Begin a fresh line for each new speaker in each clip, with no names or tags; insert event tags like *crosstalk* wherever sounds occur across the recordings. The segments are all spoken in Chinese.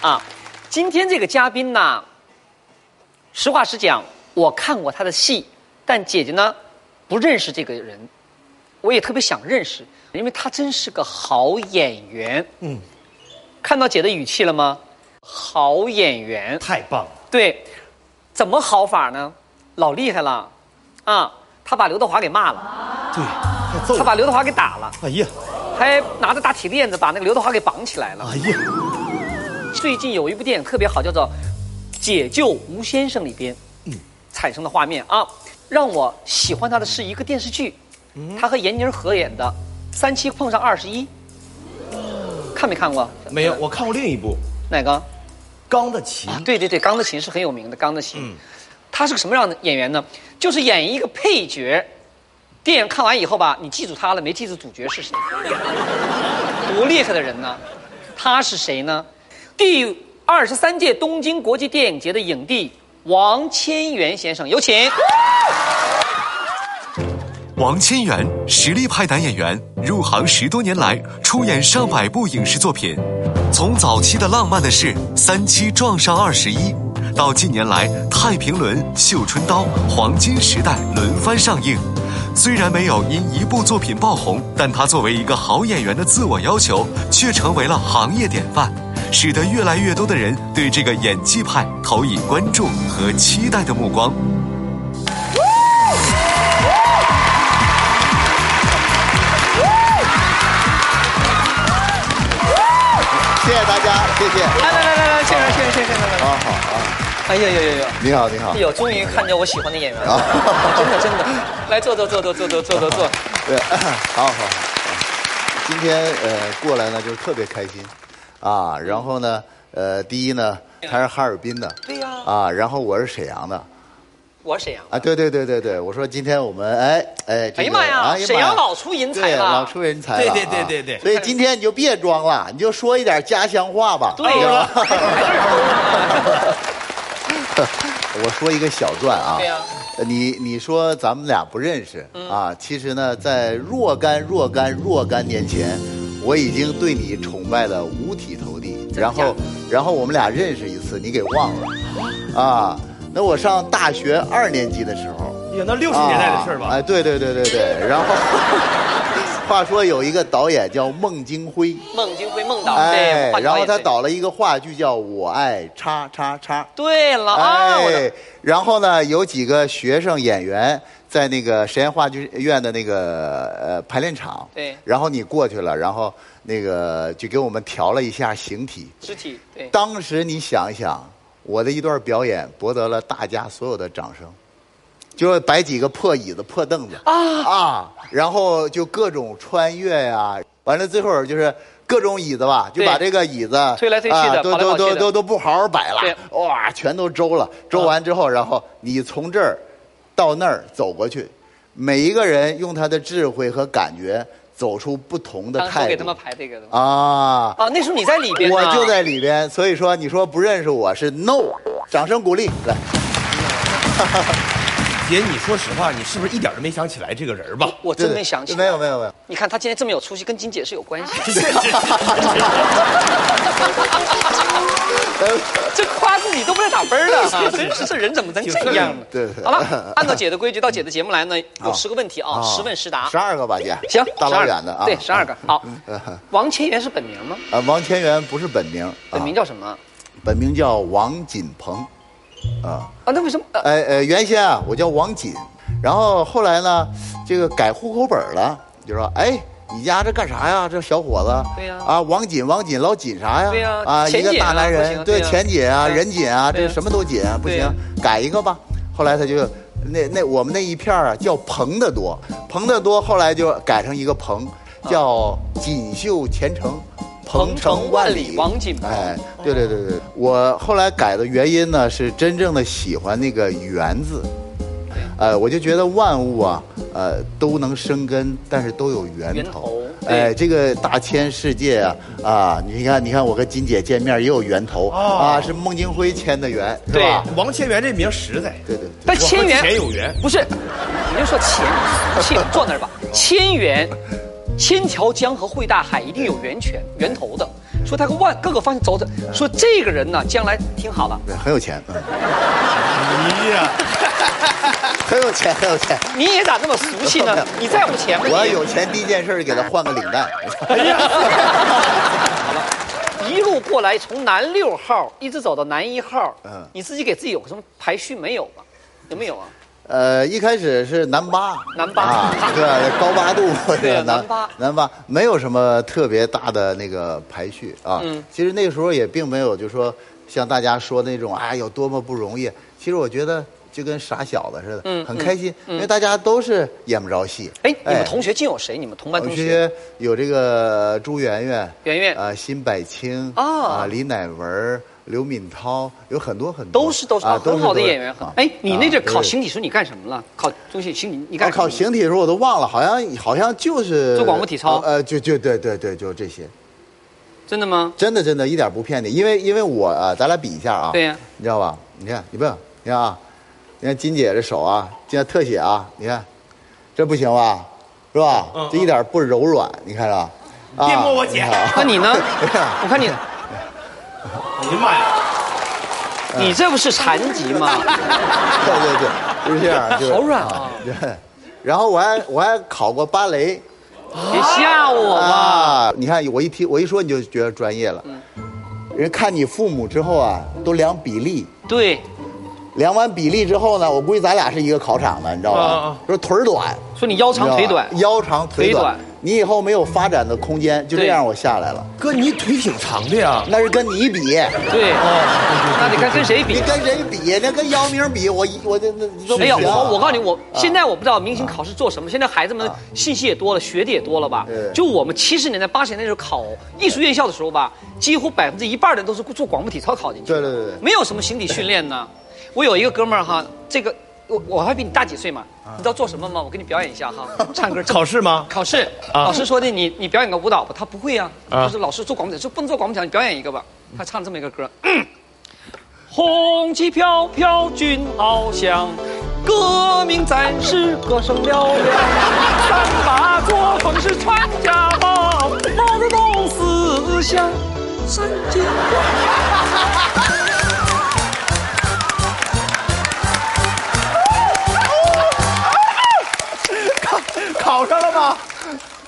啊，今天这个嘉宾呐，实话实讲，我看过他的戏，但姐姐呢不认识这个人，我也特别想认识，因为他真是个好演员。嗯，看到姐的语气了吗？好演员，
太棒了！
对，怎么好法呢？老厉害了，啊，他把刘德华给骂了，
对，还
哦
揍
他
了。
把刘德华给打了，
哎呀，
还拿着大铁链子把那个刘德华给绑起来了。
哎呀，
最近有一部电影特别好，叫做《解救吴先生》里边，产生的画面啊，让我喜欢他的是一个电视剧，他和闫妮儿合演的《三七碰上二十一》，看没看过？
没有，我看过另一部，
哪个？
钢的琴，
啊对对对，钢的琴是很有名的。钢的
嗯
琴，他是个什么样的演员呢？就是演一个配角。电影看完以后吧，你记住他了，没记住主角是谁。多厉害的人呢？他是谁呢？第二十三届东京国际电影节的影帝王千源先生，有请。
王千源，实力派男演员，入行十多年来，出演上百部影视作品，从早期的《浪漫的事》《三七撞上二十一》，到近年来《太平轮》《绣春刀》《黄金时代》轮番上映。虽然没有因一部作品爆红，但他作为一个好演员的自我要求，却成为了行业典范，使得越来越多的人对这个演技派投以关注和期待的目光。
谢谢大家，谢谢。
来来来来来，千源千源千源千源来。
啊好啊，
哎呦呦呦呦！
你好你好
哎。呦，终于看见我喜欢的演员了，
啊
真的真的。来坐坐坐坐坐坐坐坐坐。
对， *coughs* 好好好。今天呃过来呢，就是特别开心，啊，然后呢，呃，第一呢，他是哈尔滨的，
对呀
啊，然后我是沈阳的，
我是沈阳。
啊，对对对对对，我说今天我们哎哎，这
哎
个
呀妈呀，沈阳老出人才
对，
了，
老出人才了啊，
对对对对对
所以今天你就别装了，你就说一点家乡话吧，
对呀
吧 *laughs* 我说一个小段啊，
对呀
呃你你说咱们俩不认识、啊，其实呢，在若干若干若干年前，我已经对你崇拜的五体投地，
的
然
假
后
的
然后我们俩认识一次，你给忘了，啊，那我上大学二年级的时候。
哎呀，那六十年代的事儿
啊
吧？
哎，对对对对对。然后， *laughs* 话说有一个导演叫孟京辉，
孟京辉孟导，
哎
对，换，
然后
演
他
对。
导了一个话剧叫《我爱叉叉叉》。
对了啊，我的
哎，然后呢，有几个学生演员在那个实验话剧院的那个呃排练场，
对
然后你过去了，然后那个就给我们调了一下形体。
肢体对，
当时你想一想，我的一段表演博得了大家所有的掌声，就摆几个破椅子、破凳子啊啊，然后就各种穿越呀、完了最后就是。各种椅子吧，就
对
把这个椅子
推来推去的
啊
跑
都
来跑
都
去
都
的
都都不好好摆了，
对
哇，全都周了。周完之后，然后你从这儿到那儿走过去，每一个人用他的智慧和感觉走出不同的
当初
态
给他
度
们排这个的嘛。
啊
啊，那时候你在里边呢，
我就在里边，所以说你说不认识我是 no，掌声鼓励来。
姐，你说实话，你是不是一点儿都没想起来这个人吧？
我真没想起来
没有没有没有，
你看他今天这么有出息，跟金姐是有关系。
*laughs*
这夸自己都不带打分
*laughs*
儿的哈，真是这人怎么能这样呢？
对对
好了，按照姐的规矩，到姐的节目来呢，有十个问题啊，
啊
十问十答
十。二个吧姐，
行，
大老
12个
远的啊，
对，十二个。好
嗯，
王千源是本名吗？
啊，王千源不是本名，
本名
叫
叫什么？啊
本名叫王锦鹏，啊，
啊，那为什么？呃
呃呃，原先啊我叫王锦，然后后来呢，这个改户口本了，就说哎。你家这干啥呀？这小伙子，
对呀
啊，王锦，王锦，老锦啥呀？
对呀
啊，一
钱
个
锦
大
啊
男
不
人，
行
对，
对呀
钱锦啊，
对呀
人锦啊，
对
这
呀
什么都锦，不
对
行
呀，
改一个吧。后来他就那那我们那一片儿啊叫彭的多，彭的多后来就改成一个彭，
啊
叫锦绣前程，
鹏程
程
万里
里
王锦鹏
哎，对对对对，我后来改的原因呢是真正的喜欢那个“缘”字。呃，我就觉得万物啊，呃，都能生根，但是都有源
源头
头。
对
哎，这个大千世界啊，啊，你看，你看，我跟金姐见面也有源头、啊，是孟京辉签的缘，是吧？
王千源这名实在，
对对对，
但千源
我和钱有缘
不是，你就说钱，钱坐
*laughs*
那儿吧。千源，千条江河汇大海，一定有源泉源头的。说他各万各个方向走走，说这个人呢，将来挺好的。
对，很有钱，嗯，
哎呀，
很有钱，很有钱。
你也咋那么俗气呢？你在乎
*laughs*
钱吗？
我要有钱，第一件事儿就给他换个领带。 *laughs*
*laughs* 一路过来，从南六号一直走到南一号，
嗯
你自己给自己有什么排序没有吧？有没有啊？
呃，一开始是南八，
南八
啊，对吧，高八
*laughs*
度，
对
吧
南八
南八没有什么特别大的那个排序啊。
嗯
其实那个时候也并没有，就说像大家说那种啊有多么不容易。其实我觉得就跟傻小子似的，
嗯
很开心，因为大家都是演不着戏。
哎，你们同学竟有谁？你们同班
我
同
们
学
学有这个朱媛媛，
媛媛
啊，辛柏青
哦
啊，李乃文。刘敏涛有很多很多，
都是都是
啊
啊很好的
都是
演员。很
啊
哎，你那阵
啊
考
对
形体时候你干什么了？考中戏形体你
我
干什么
考啊形体的时候我都忘了，好像好像就是
做广播体操
呃，就就对对对，就这些，
真的吗？
真的真的，一点不骗你，因为因为我啊，咱俩比一下啊，
对呀
你知道吧？你看，你问，你看啊，你看金姐这手啊，今天特写啊，你看，这不行吧，是吧？这一点不柔软，你看着，啊
嗯别摸我姐
你看啊
那你呢？我看
嗯
你，
哎呀妈呀，
你这不是残疾
*laughs*
吗？
*laughs* 对对对，就是
*laughs*
这样，就是
好软啊！
*laughs* 对，然后我还我还考过芭蕾。
别吓我吧！
啊！你看我一提，我一说你就觉得专业了。
嗯
人看你父母之后啊，都量比例，
对，
量完比例之后呢，我估计咱俩是一个考场的，你知道
啊啊
吧
啊？
说腿儿短，
说你腰
你知道
长
吧
腿短，
腰长腿
腿
短
短，
你以后没有发展的空间，就这
对
样我下来了。
哥你腿挺长的呀，
那是跟你比，
对， *laughs* 那得看跟谁
你
比。
跟谁比？那跟姚明比，我一我这那都不
哎呀，
行啊
我我告诉你，我现在我不知道明星考试做什么。现在孩子们信息也多了，学的也多了吧
对？
就我们七十年代、八十年代时候考艺术院校的时候吧，几乎百分之一半的都是做广播体操考进去的，
对对对对
没有什么形体训练
*laughs*
呢。我有一个哥们儿哈，这个我我还比你大几岁嘛，
啊
你知道做什么吗？我给你表演一下哈，唱歌。
考试吗？
考试，
啊
老师说的你你表演个舞蹈吧，他不会呀、
啊
他说老师做广播体操，就不能做广播体操，你表演一个吧。他唱这么一个歌， *clears throat* 嗯红旗飘飘君翱翔，革命战士歌声嘹亮，三把作风是传家宝，毛泽东思想闪金光。
考上了吗？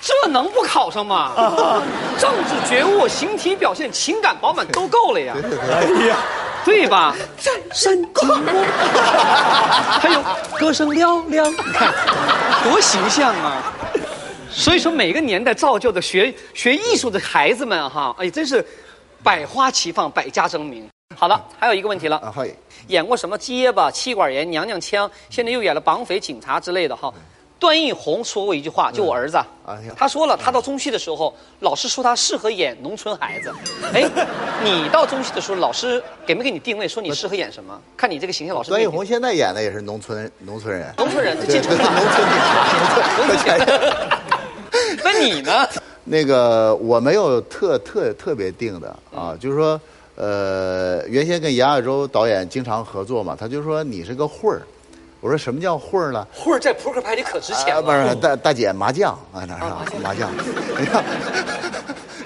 这能不考上吗？
啊
政治觉悟、形体表现、情感饱满都够了呀，
哎呀，
对吧？战山金光， *laughs* 还有歌声嘹亮，多形象啊！所以说，每个年代造就的学学艺术的孩子们哈，哎，真是百花齐放，百家争鸣。好了，还有一个问题了，
啊，嘿，
演过什么结巴、妻管严、娘娘腔，现在又演了绑匪、警察之类的哈。段奕宏说过一句话，就我儿子啊
嗯哎呀，
他说了，他到中戏的时候，老师说他适合演农村孩 *laughs* 子。哎，你到中戏的时候，老师给没给你定位，说你适合演什么？看你这个形象，老师
段
给
奕
你
宏现在演的也是农村农村人，
农村人
对
进
对
城
农村
了。
*laughs* 农村农村人。
那你呢？
那个我没有特特特别定的啊，就是说，呃，原先跟杨亚洲导演经常合作嘛，他就说你是个混儿，我说什么叫混儿呢？
*laughs* 或者在扑克牌里可值 *laughs* 钱
啊，不
了。哦
是大大姐麻将啊，哪是啊麻将， *laughs*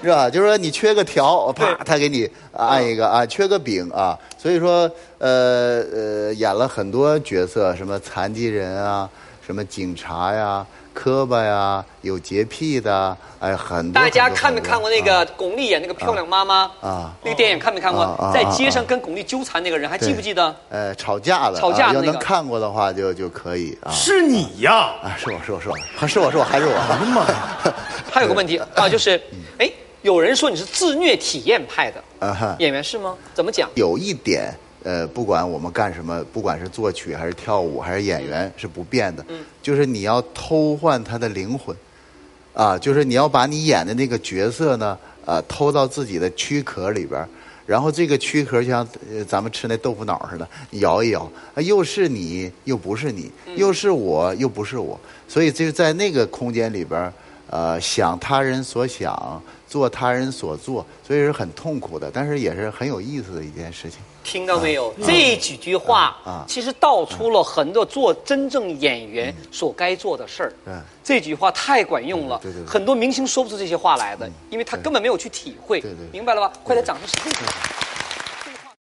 是吧？就是说你缺个条，啪，他给你按一个啊，缺个饼啊。所以说，呃呃，演了很多角色，什么残疾人啊，什么警察呀、磕巴呀、有洁癖的，哎，很多。
大家
很多
看没
很多
看过那
啊
个巩俐演那个漂亮妈妈
啊
那个电影看没看过
啊啊啊？
在街上跟巩俐纠缠那个人，还记不记得？
呃，吵架的，
吵架
啊
的
要
那个
能看过的话就就可以啊。
是你呀，
啊，是我是我是我，还是我是我还是我。 *laughs* 哎妈呀！
还有个问题啊，就是，哎，有人说你是自虐体验派
嗯啊
的
哈
演员是吗？怎么讲？
有一点，呃，不管我们干什么，不管是作曲还是跳舞还是演员，是不变的，就是你要偷换他的灵魂，啊，就是你要把你演的那个角色呢，呃，偷到自己的躯壳里边儿。然后这个躯壳就像呃咱们吃那豆腐脑似的，摇一摇，啊又是你又不是你，又是我又不是我，所以就在那个空间里边儿，呃，想他人所想，做他人所做，所以是很痛苦的，但是也是很有意思的一件事情。
听到没有？
啊
这几句话
嗯嗯
其实道出了很多做真正演员所该做的事儿
嗯。
这句话太管用了
对对对，对嗯
很多明星说不出这些话来的，因为他根本没有去体会
对对。对
明白了吧？快点，掌声！